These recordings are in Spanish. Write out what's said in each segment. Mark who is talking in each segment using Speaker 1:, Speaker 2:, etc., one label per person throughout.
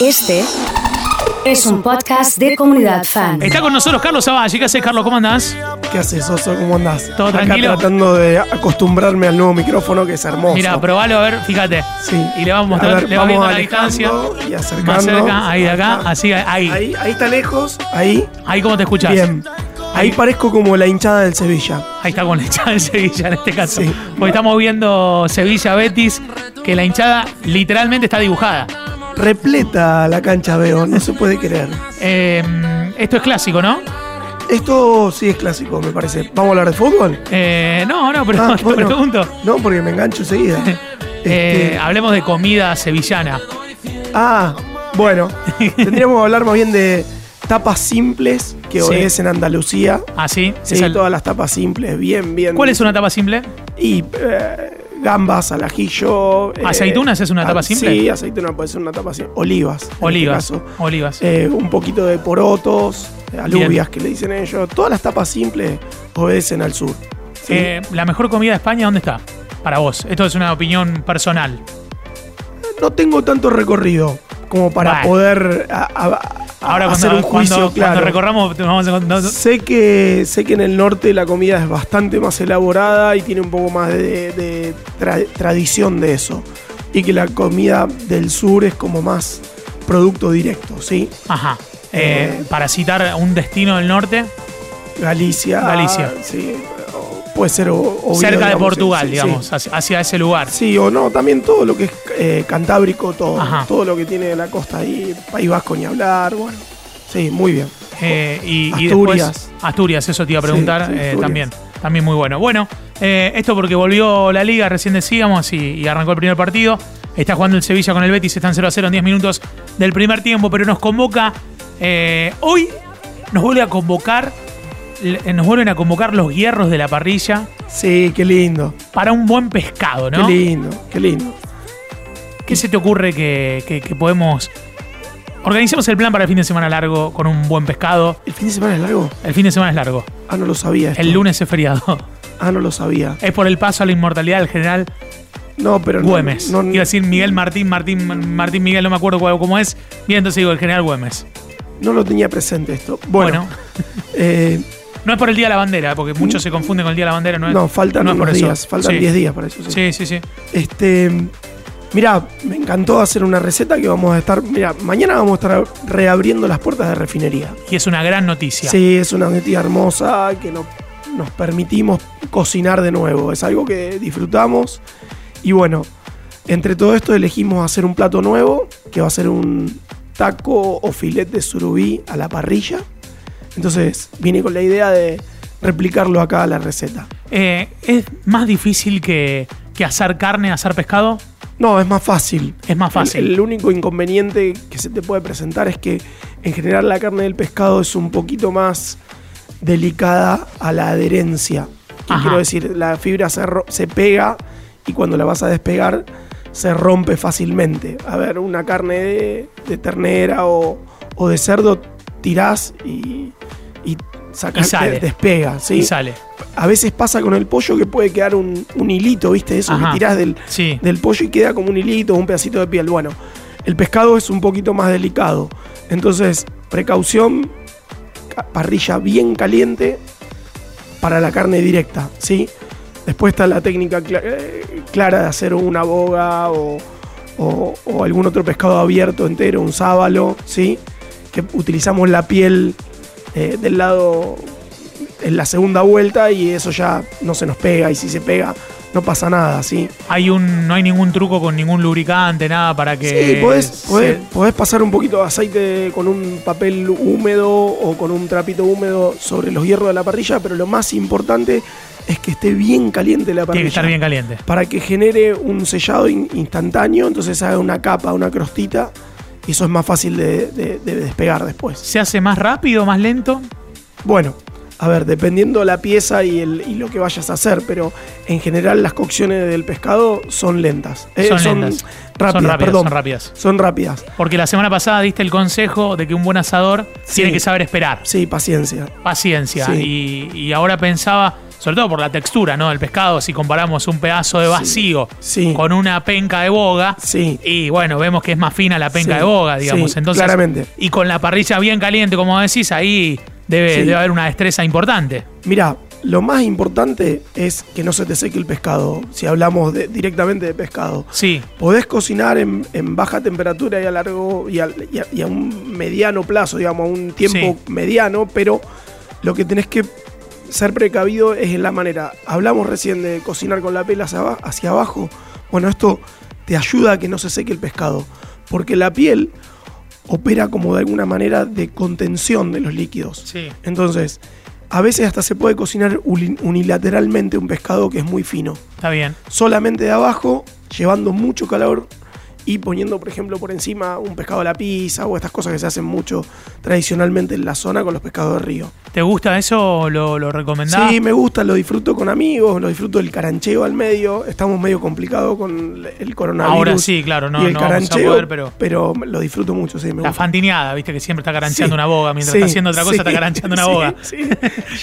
Speaker 1: Este es un podcast de comunidad fan.
Speaker 2: Está con nosotros Carlos Zavalli. ¿Qué haces, Carlos? ¿Cómo andás?
Speaker 3: ¿Qué haces, Oso? ¿Cómo andás?
Speaker 2: ¿Todo
Speaker 3: Acá
Speaker 2: tranquilo?
Speaker 3: tratando de acostumbrarme al nuevo micrófono que es hermoso.
Speaker 2: Mira, probalo, a ver, fíjate.
Speaker 3: Sí.
Speaker 2: Y le vamos a mostrar,
Speaker 3: ver,
Speaker 2: le vamos viendo a la distancia.
Speaker 3: alejando Y acercando.
Speaker 2: Más cerca, ahí de acá,
Speaker 3: Acá.
Speaker 2: así, ahí. Ahí,
Speaker 3: Ahí, ahí está lejos, ahí.
Speaker 2: cómo te escuchas.
Speaker 3: Bien. Ahí parezco como la hinchada del Sevilla.
Speaker 2: Ahí está con la hinchada de Sevilla en este caso.
Speaker 3: Sí.
Speaker 2: Porque estamos viendo Sevilla Betis, que la hinchada literalmente está dibujada.
Speaker 3: Repleta la cancha, veo, no se puede creer.
Speaker 2: Eh, esto es clásico, ¿no?
Speaker 3: Esto sí es clásico, me parece. ¿Vamos a hablar de fútbol?
Speaker 2: Eh, no, no, pero
Speaker 3: Ah,
Speaker 2: te
Speaker 3: bueno.
Speaker 2: pregunto.
Speaker 3: No, porque me engancho enseguida.
Speaker 2: Eh,
Speaker 3: Este,
Speaker 2: hablemos de comida sevillana.
Speaker 3: Ah, bueno. Tendríamos que hablar más bien de tapas simples que
Speaker 2: Sí.
Speaker 3: obedecen a Andalucía.
Speaker 2: Así.
Speaker 3: Sí, este todas las tapas simples, bien, bien.
Speaker 2: Ah, ¿Cuál es una tapa simple?
Speaker 3: Y eh, gambas al ajillo. eh,
Speaker 2: ¿Aceitunas es una tapa
Speaker 3: ah,
Speaker 2: simple?
Speaker 3: Sí, aceituna puede ser una tapa simple. Olivas. en este
Speaker 2: Olivas.
Speaker 3: caso.
Speaker 2: Olivas.
Speaker 3: Eh, un poquito de porotos, eh, alubias que le dicen ellos. Todas las tapas simples obedecen al sur. ¿sí?
Speaker 2: Eh, la mejor comida de España, ¿dónde está? Para vos. Esto es una opinión personal.
Speaker 3: no tengo tanto recorrido como para
Speaker 2: Bueno.
Speaker 3: poder a- a- a-
Speaker 2: Ahora
Speaker 3: Ah, hacer
Speaker 2: cuando,
Speaker 3: un juicio
Speaker 2: cuando-
Speaker 3: claro.
Speaker 2: cuando recorramos, te vamos a contar-
Speaker 3: Sé que, sé que en el norte la comida es bastante más elaborada y tiene un poco más de, de tra- tradición de eso. Y que la comida del sur es como más producto directo, ¿sí?
Speaker 2: Ajá. Eh,
Speaker 3: Eh,
Speaker 2: para citar un destino del norte,
Speaker 3: Galicia.
Speaker 2: Galicia.
Speaker 3: Sí. o Puede ser o- Oviedo,
Speaker 2: cerca de
Speaker 3: digamos,
Speaker 2: Portugal,
Speaker 3: sí, sí,
Speaker 2: digamos,
Speaker 3: Sí.
Speaker 2: hacia, hacia ese lugar.
Speaker 3: Sí, o no, también todo lo que es eh, cantábrico, todo.
Speaker 2: Ajá.
Speaker 3: Todo lo que tiene la costa ahí, País Vasco ni hablar, bueno. Sí, muy bien.
Speaker 2: Eh, y, y
Speaker 3: Asturias.
Speaker 2: después, Asturias, eso te iba a preguntar
Speaker 3: Sí, sí,
Speaker 2: eh,
Speaker 3: Asturias.
Speaker 2: también. También muy bueno. Bueno, eh, esto porque volvió la liga, recién decíamos, y, y arrancó el primer partido. Está jugando el Sevilla con el Betis, están 0 a 0 en 10 minutos del primer tiempo, pero nos convoca. eh, hoy nos vuelve a convocar. l- Nos vuelven a convocar los hierros de la parrilla
Speaker 3: Sí, qué lindo.
Speaker 2: para un buen pescado, ¿no?
Speaker 3: Qué lindo, qué lindo.
Speaker 2: ¿Qué se te ocurre que, que- que podemos... Organicemos el plan para el fin de semana largo con un buen pescado.
Speaker 3: ¿El fin de semana es largo?
Speaker 2: El fin de semana es largo.
Speaker 3: Ah, no lo sabía. esto.
Speaker 2: El lunes es feriado.
Speaker 3: Ah, no lo sabía.
Speaker 2: Es por el paso a la inmortalidad del general
Speaker 3: No, pero no-
Speaker 2: Güemes.
Speaker 3: no-
Speaker 2: Iba a decir Miguel Martín, Martín, Martín Miguel, no me acuerdo cuál- cómo es. Bien, entonces digo el general Güemes.
Speaker 3: no lo tenía presente esto. Bueno,
Speaker 2: Bueno,
Speaker 3: eh,
Speaker 2: no es por el Día de la Bandera, porque muchos se confunden con el Día de la Bandera. No, es-
Speaker 3: no, faltan
Speaker 2: no es por
Speaker 3: unos
Speaker 2: eso.
Speaker 3: días, faltan
Speaker 2: Sí.
Speaker 3: 10 días para eso. Sí.
Speaker 2: Sí, sí, sí.
Speaker 3: Este, mirá, me encantó hacer una receta que vamos a estar. Mirá, mañana vamos a estar reabriendo las puertas de refinería.
Speaker 2: Y es una gran noticia.
Speaker 3: Sí, es una noticia hermosa que no- nos permitimos cocinar de nuevo. Es algo que disfrutamos. Y bueno, entre todo esto elegimos hacer un plato nuevo, que va a ser un taco o filete de surubí a la parrilla. Entonces vine con la idea de replicarlo acá a la receta.
Speaker 2: Eh, ¿Es más difícil que, que asar carne, asar pescado?
Speaker 3: No, es más fácil.
Speaker 2: Es más Ah, fácil.
Speaker 3: El, el único inconveniente que se te puede presentar es que en general la carne del pescado es un poquito más delicada a la adherencia. ¿Qué
Speaker 2: Ajá.
Speaker 3: quiero decir? La fibra se, ro- se pega y cuando la vas a despegar se rompe fácilmente. A ver, una carne de, de ternera o, o de cerdo tirás y, y sacás-
Speaker 2: Y sale.
Speaker 3: te- despega. ¿sí?
Speaker 2: Y sale.
Speaker 3: A veces pasa con el pollo que puede quedar un, un hilito, ¿viste? Eso
Speaker 2: Ajá.
Speaker 3: que tirás del,
Speaker 2: Sí.
Speaker 3: del pollo y queda como un hilito, un pedacito de piel. Bueno, el pescado es un poquito más delicado. Entonces, precaución, ca- parrilla bien caliente para la carne directa, ¿sí? Después está la técnica cla- eh, clara de hacer una boga o, o- o algún otro pescado abierto entero, un sábalo, ¿sí? Que utilizamos la piel eh, del lado en la segunda vuelta y eso ya no se nos pega y si se pega no pasa nada, ¿sí?
Speaker 2: Hay un, no hay ningún truco con ningún lubricante, nada para que.
Speaker 3: Sí, podés,
Speaker 2: se-
Speaker 3: podés- podés pasar un poquito de aceite con un papel húmedo o con un trapito húmedo sobre los hierros de la parrilla, pero lo más importante es que esté bien caliente la parrilla.
Speaker 2: tiene que estar bien caliente.
Speaker 3: Para que genere un sellado in- instantáneo, entonces haga una capa, una crostita, y eso es más fácil de, de- de despegar después.
Speaker 2: ¿Se hace más rápido, más lento?
Speaker 3: Bueno, A ver, dependiendo la pieza y, el, y lo que vayas a hacer, pero en general las cocciones del pescado son lentas. Eh,
Speaker 2: Son lentas.
Speaker 3: Rápidas,
Speaker 2: Son rápidas,
Speaker 3: perdón.
Speaker 2: son rápidas.
Speaker 3: Son rápidas.
Speaker 2: Porque la semana pasada diste el consejo de que un buen asador
Speaker 3: Sí.
Speaker 2: tiene que saber esperar.
Speaker 3: Sí, paciencia.
Speaker 2: Paciencia.
Speaker 3: Sí.
Speaker 2: Y, y ahora pensaba, sobre todo por la textura, ¿no? Del pescado, si comparamos un pedazo de vacío
Speaker 3: Sí.
Speaker 2: con una penca de boga.
Speaker 3: Sí.
Speaker 2: Y bueno, vemos que es más fina la penca
Speaker 3: Sí.
Speaker 2: de boga, digamos.
Speaker 3: Sí,
Speaker 2: Entonces,
Speaker 3: claramente.
Speaker 2: Y con la parrilla bien caliente, como decís, ahí debe,
Speaker 3: Sí.
Speaker 2: debe haber una destreza importante.
Speaker 3: Mira, lo más importante es que no se te seque el pescado, si hablamos de- directamente de pescado.
Speaker 2: Sí.
Speaker 3: Podés cocinar en, en baja temperatura y a largo y a, y a- y a un mediano plazo, digamos, a un tiempo mediano, pero lo que tenés que ser precavido es en la manera. Hablamos recién de cocinar con la piel hacia, aba- hacia abajo. Bueno, esto te ayuda a que no se seque el pescado, porque la piel opera como de alguna manera de contención de los líquidos.
Speaker 2: Sí.
Speaker 3: Entonces, a veces hasta se puede cocinar uni- unilateralmente un pescado que es muy fino
Speaker 2: Está bien.
Speaker 3: solamente de abajo, llevando mucho calor y poniendo, por ejemplo, por encima un pescado a la pizza o estas cosas que se hacen mucho tradicionalmente en la zona con los pescados de río.
Speaker 2: ¿Te gusta eso? ¿Lo, lo recomendás?
Speaker 3: Sí, me gusta, lo disfruto con amigos, lo disfruto el carancheo al medio. Estamos medio complicados con el coronavirus.
Speaker 2: Ahora sí, claro, no-
Speaker 3: y el
Speaker 2: no vamos a
Speaker 3: carancheo,
Speaker 2: poder, pero-
Speaker 3: lo disfruto mucho, sí, me
Speaker 2: La
Speaker 3: gusta.
Speaker 2: fantineada, viste que siempre está garancheando
Speaker 3: Sí,
Speaker 2: una boga. Mientras
Speaker 3: sí,
Speaker 2: está haciendo otra cosa,
Speaker 3: sí,
Speaker 2: está garancheando una
Speaker 3: sí,
Speaker 2: boga.
Speaker 3: sí.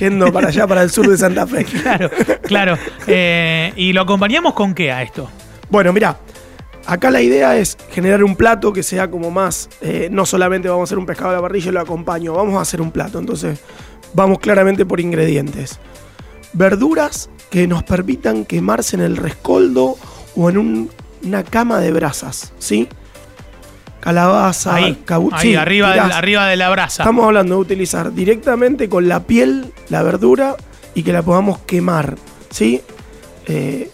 Speaker 3: Yendo para allá, para el sur de Santa Fe.
Speaker 2: Claro, claro. Eh, ¿Y lo acompañamos con qué a esto?
Speaker 3: Bueno, mira, acá la idea es generar un plato que sea como más, eh, no solamente vamos a hacer un pescado a la parrilla y lo acompaño, vamos a hacer un plato. Entonces, vamos claramente por ingredientes. Verduras que nos permitan quemarse en el rescoldo o en un- una cama de brasas, ¿sí? Calabaza,
Speaker 2: ahí,
Speaker 3: Ah, cabu-
Speaker 2: ahí
Speaker 3: sí,
Speaker 2: arriba, del-
Speaker 3: tirás.
Speaker 2: arriba de la brasa.
Speaker 3: Estamos hablando de utilizar directamente con la piel la verdura y que la podamos quemar, ¿sí? Eh,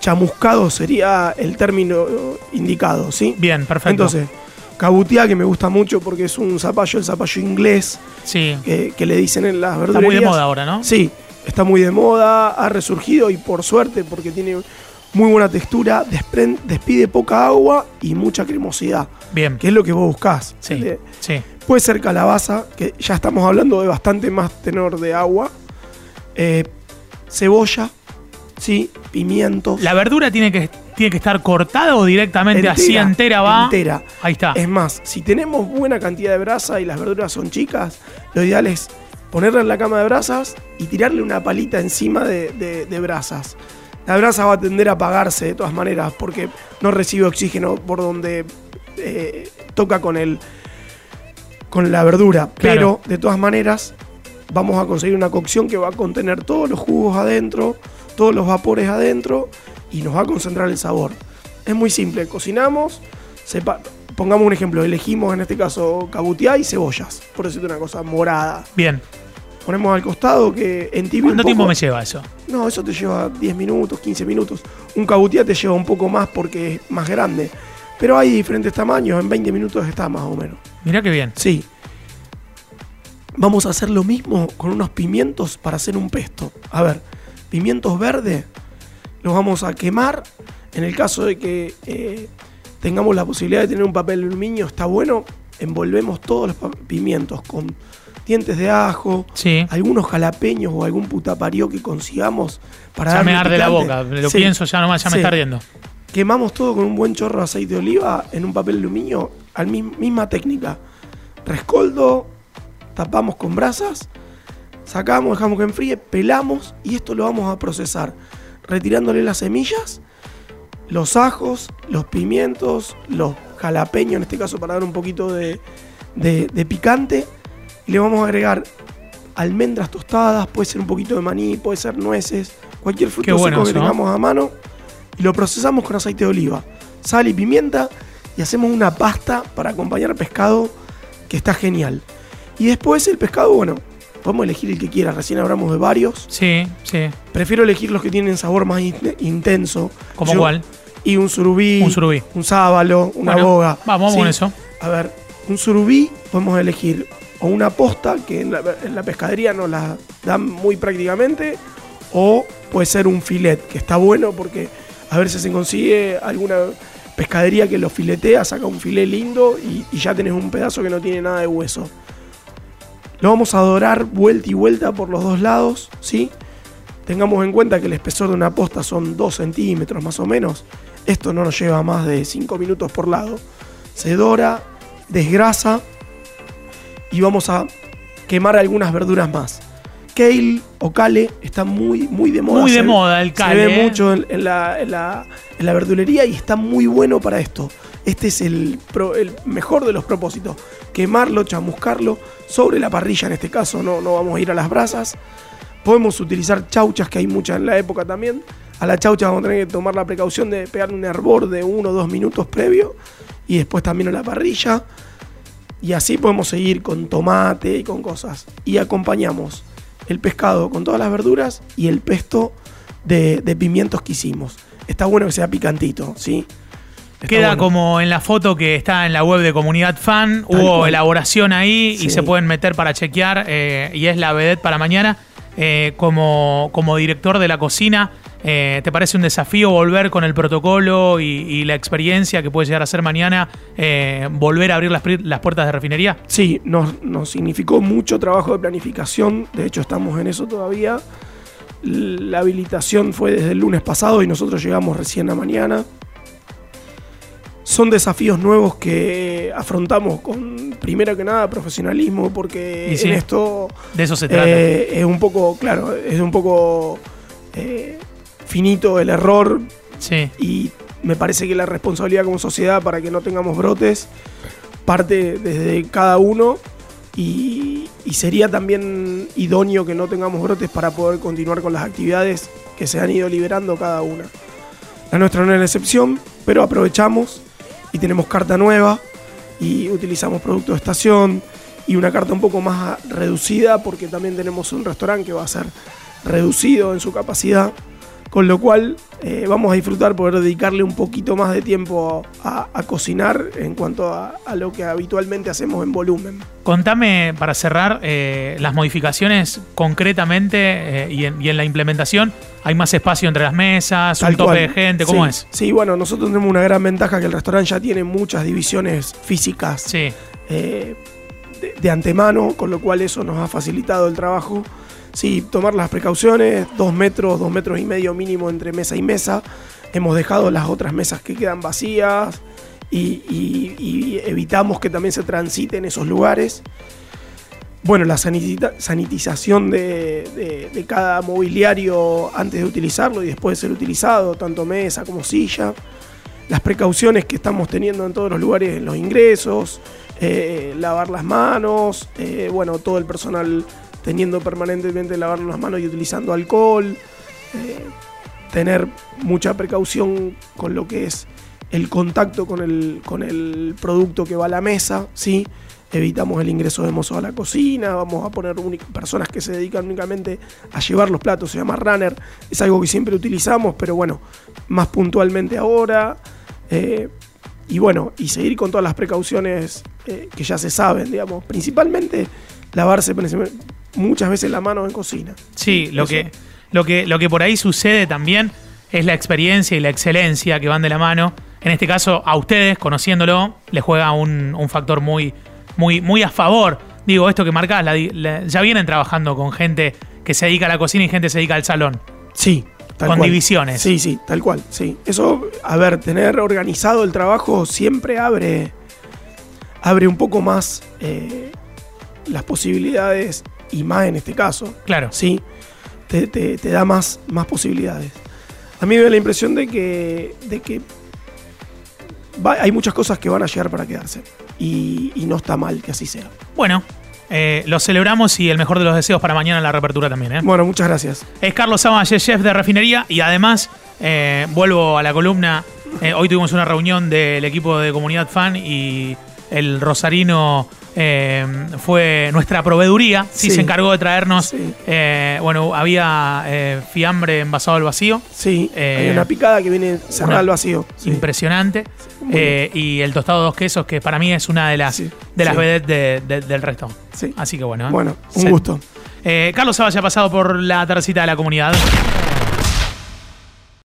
Speaker 3: chamuscado sería el término indicado, ¿sí?
Speaker 2: Bien, perfecto.
Speaker 3: Entonces, cabutía que me gusta mucho porque es un zapallo, el zapallo inglés
Speaker 2: sí.
Speaker 3: que, que le dicen en las verduras.
Speaker 2: muy de moda ahora, ¿no?
Speaker 3: Sí, está muy de moda, ha resurgido y por suerte porque tiene muy buena textura, despren- despide poca agua y mucha cremosidad,
Speaker 2: Bien.
Speaker 3: que es lo que vos buscás.
Speaker 2: Sí,
Speaker 3: Le-
Speaker 2: sí.
Speaker 3: Puede ser calabaza, que ya estamos hablando de bastante más tenor de agua. Eh, cebolla, sí, pimiento.
Speaker 2: ¿La verdura tiene que, tiene que estar cortada o directamente
Speaker 3: Entera,
Speaker 2: así entera va?
Speaker 3: entera.
Speaker 2: Ahí está.
Speaker 3: Es más, si tenemos buena cantidad de brasa y las verduras son chicas, lo ideal es ponerla en la cama de brasas y tirarle una palita encima de, de- de brasas. La brasa va a tender a apagarse de todas maneras porque no recibe oxígeno por donde eh, toca con el con la verdura.
Speaker 2: Claro.
Speaker 3: Pero de todas maneras vamos a conseguir una cocción que va a contener todos los jugos adentro, todos los vapores adentro y nos va a concentrar el sabor. Es muy simple, cocinamos, sepa- pongamos un ejemplo, elegimos en este caso cabutiá y cebollas, por decirte una cosa, morada.
Speaker 2: Bien.
Speaker 3: Ponemos al costado que en tibio un
Speaker 2: ¿Cuánto tiempo
Speaker 3: poco-
Speaker 2: me lleva eso?
Speaker 3: no, eso te lleva 10 minutos, 15 minutos. Un cabutiá te lleva un poco más porque es más grande. Pero hay diferentes tamaños, en 20 minutos está más o menos.
Speaker 2: Mirá qué bien.
Speaker 3: Sí. Vamos a hacer lo mismo con unos pimientos para hacer un pesto. A ver, pimientos verdes los vamos a quemar. En el caso de que eh, tengamos la posibilidad de tener un papel de aluminio, está bueno. Envolvemos todos los pa- pimientos con dientes de ajo,
Speaker 2: Sí.
Speaker 3: algunos jalapeños o algún putaparío que consigamos para
Speaker 2: Ya me
Speaker 3: darle
Speaker 2: arde la boca.
Speaker 3: picante.
Speaker 2: Lo
Speaker 3: Sí.
Speaker 2: pienso ya nomás, ya me
Speaker 3: Sí.
Speaker 2: está ardiendo.
Speaker 3: Quemamos todo con un buen chorro de aceite de oliva en un papel de aluminio, al mi- misma técnica. Rescoldo, tapamos con brasas, sacamos, dejamos que enfríe, pelamos y esto lo vamos a procesar. Retirándole las semillas, los ajos, los pimientos, los jalapeños, en este caso para dar un poquito de, de- de picante. Y le vamos a agregar almendras tostadas, puede ser un poquito de maní, puede ser nueces, cualquier fruto
Speaker 2: Qué bueno
Speaker 3: seco que
Speaker 2: eso, ¿no?
Speaker 3: tengamos a mano. Y lo procesamos con aceite de oliva, sal y pimienta y hacemos una pasta para acompañar pescado que está genial. Y después el pescado, bueno, podemos elegir el que quiera, recién hablamos de varios.
Speaker 2: Sí, sí.
Speaker 3: Prefiero elegir los que tienen sabor más in- intenso.
Speaker 2: ¿Como
Speaker 3: Yo-
Speaker 2: cuál?
Speaker 3: Y un surubí.
Speaker 2: Un surubí.
Speaker 3: Un sábalo, una
Speaker 2: Bueno,
Speaker 3: boga.
Speaker 2: vamos con eso.
Speaker 3: A ver, un surubí podemos elegir o una posta, que en la, en la pescadería nos la dan muy prácticamente, o puede ser un filet, que está bueno porque a ver si se consigue alguna pescadería que lo filetea, saca un filet lindo y, y ya tenés un pedazo que no tiene nada de hueso. Lo vamos a dorar vuelta y vuelta por los dos lados, ¿sí? Tengamos en cuenta que el espesor de una posta son 2 centímetros más o menos. Esto no nos lleva más de 5 minutos por lado. Se dora, desgrasa y vamos a quemar algunas verduras más. Kale o kale está muy, muy de moda.
Speaker 2: Muy de
Speaker 3: ve-
Speaker 2: moda el kale,
Speaker 3: Se ve
Speaker 2: eh.
Speaker 3: mucho en, en la, en la- en la verdulería y está muy bueno para esto. Este es el, pro- el mejor de los propósitos. Quemarlo, chamuscarlo, sobre la parrilla en este caso, no, no vamos a ir a las brasas. Podemos utilizar chauchas, que hay muchas en la época también. A la chaucha vamos a tener que tomar la precaución de pegarle un hervor de uno o dos minutos previo. Y después también a la parrilla. Y así podemos seguir con tomate y con cosas. Y acompañamos el pescado con todas las verduras y el pesto de, de pimientos que hicimos. Está bueno que sea picantito, ¿sí? Está
Speaker 2: Queda
Speaker 3: bueno.
Speaker 2: como en la foto que está en la web de Comunidad Fan.
Speaker 3: Tal
Speaker 2: Hubo
Speaker 3: cual.
Speaker 2: elaboración ahí y
Speaker 3: Sí.
Speaker 2: se pueden meter para chequear. eh, y es la vedette para mañana. Eh, como, como director de la cocina, eh, ¿te parece un desafío volver con el protocolo y, y la experiencia que puede llegar a ser mañana? eh, ¿Volver a abrir las, pri- las puertas de refinería?
Speaker 3: Sí, nos, nos significó mucho trabajo de planificación, de hecho estamos en eso todavía. La habilitación fue desde el lunes pasado y nosotros llegamos recién a mañana. Son desafíos nuevos que afrontamos con, primero que nada, profesionalismo, porque
Speaker 2: Y sí.
Speaker 3: en esto
Speaker 2: De eso se trata.
Speaker 3: eh, es un poco, claro, es un poco eh, finito el error,
Speaker 2: sí.
Speaker 3: y me parece que la responsabilidad como sociedad para que no tengamos brotes parte desde cada uno y, y sería también idóneo que no tengamos brotes para poder continuar con las actividades que se han ido liberando cada una. La nuestra no es la excepción, pero aprovechamos y tenemos carta nueva y utilizamos producto de estación y una carta un poco más reducida porque también tenemos un restaurante que va a ser reducido en su capacidad, con lo cual eh, vamos a disfrutar poder dedicarle un poquito más de tiempo a, a cocinar en cuanto a, a lo que habitualmente hacemos en volumen.
Speaker 2: Contame, para cerrar, eh, las modificaciones concretamente eh, y, en, y en la implementación. ¿Hay más espacio entre las mesas? ¿Un
Speaker 3: Tal
Speaker 2: tope
Speaker 3: cual.
Speaker 2: de gente? ¿Cómo
Speaker 3: Sí,
Speaker 2: es?
Speaker 3: Sí, bueno, nosotros tenemos una gran ventaja que el restaurante ya tiene muchas divisiones físicas
Speaker 2: Sí.
Speaker 3: eh, de, de antemano, con lo cual eso nos ha facilitado el trabajo. Sí, tomar las precauciones, dos metros, dos metros y medio mínimo entre mesa y mesa. Hemos dejado las otras mesas que quedan vacías y, y- y evitamos que también se transiten esos lugares. Bueno, la sanitita- sanitización de, de- de cada mobiliario antes de utilizarlo y después de ser utilizado, tanto mesa como silla las precauciones que estamos teniendo en todos los lugares, en los ingresos, eh, lavar las manos, eh, bueno, todo el personal teniendo permanentemente lavar las manos y utilizando alcohol, eh, tener mucha precaución con lo que es el contacto con el, con el producto que va a la mesa, ¿sí? Evitamos el ingreso de mozos a la cocina, vamos a poner únic- personas que se dedican únicamente a llevar los platos, se llama runner, es algo que siempre utilizamos, pero bueno, más puntualmente ahora. eh, y bueno, y seguir con todas las precauciones eh, que ya se saben, digamos, principalmente lavarse princip- muchas veces la mano en cocina.
Speaker 2: Sí, lo
Speaker 3: eso.
Speaker 2: que, lo, que, lo que por ahí sucede también es la experiencia y la excelencia que van de la mano. En este caso, a ustedes, conociéndolo, les juega un, un factor muy, muy, muy a favor. Digo, esto que marcás, la di- la- ya vienen trabajando con gente que se dedica a la cocina y gente que se dedica al salón.
Speaker 3: Sí,
Speaker 2: Con divisiones.
Speaker 3: Sí, sí, tal cual, sí. Eso, a ver, tener organizado el trabajo siempre abre, abre un poco más eh, las posibilidades y más en este caso.
Speaker 2: Claro.
Speaker 3: Sí, te, te- te da más, más posibilidades. A mí me da la impresión de que, de que va- hay muchas cosas que van a llegar para quedarse y, y no está mal que así sea.
Speaker 2: Bueno, eh, lo celebramos y el mejor de los deseos para mañana en la reapertura también. ¿eh?
Speaker 3: Bueno, muchas gracias.
Speaker 2: Es Carlos Samaye, chef de refinería, y además eh, vuelvo a la columna. Eh, hoy tuvimos una reunión del equipo de comunidad fan y el Rosarino eh, fue nuestra proveeduría. Sí,
Speaker 3: Sí.
Speaker 2: se encargó de traernos.
Speaker 3: Sí.
Speaker 2: eh, bueno, había eh, fiambre envasado al vacío.
Speaker 3: Sí,
Speaker 2: Eh,
Speaker 3: hay una picada que viene cerrada
Speaker 2: una-
Speaker 3: al vacío. Sí.
Speaker 2: Impresionante.
Speaker 3: muy
Speaker 2: Eh, y el tostado de dos quesos, que para mí es una de las,
Speaker 3: Sí.
Speaker 2: de las
Speaker 3: Sí.
Speaker 2: vedettes de- de- del resto.
Speaker 3: Sí.
Speaker 2: Así que bueno. ¿eh?
Speaker 3: Bueno, un
Speaker 2: Se-
Speaker 3: gusto.
Speaker 2: Eh, Carlos Saba ha pasado por la tercita de la comunidad.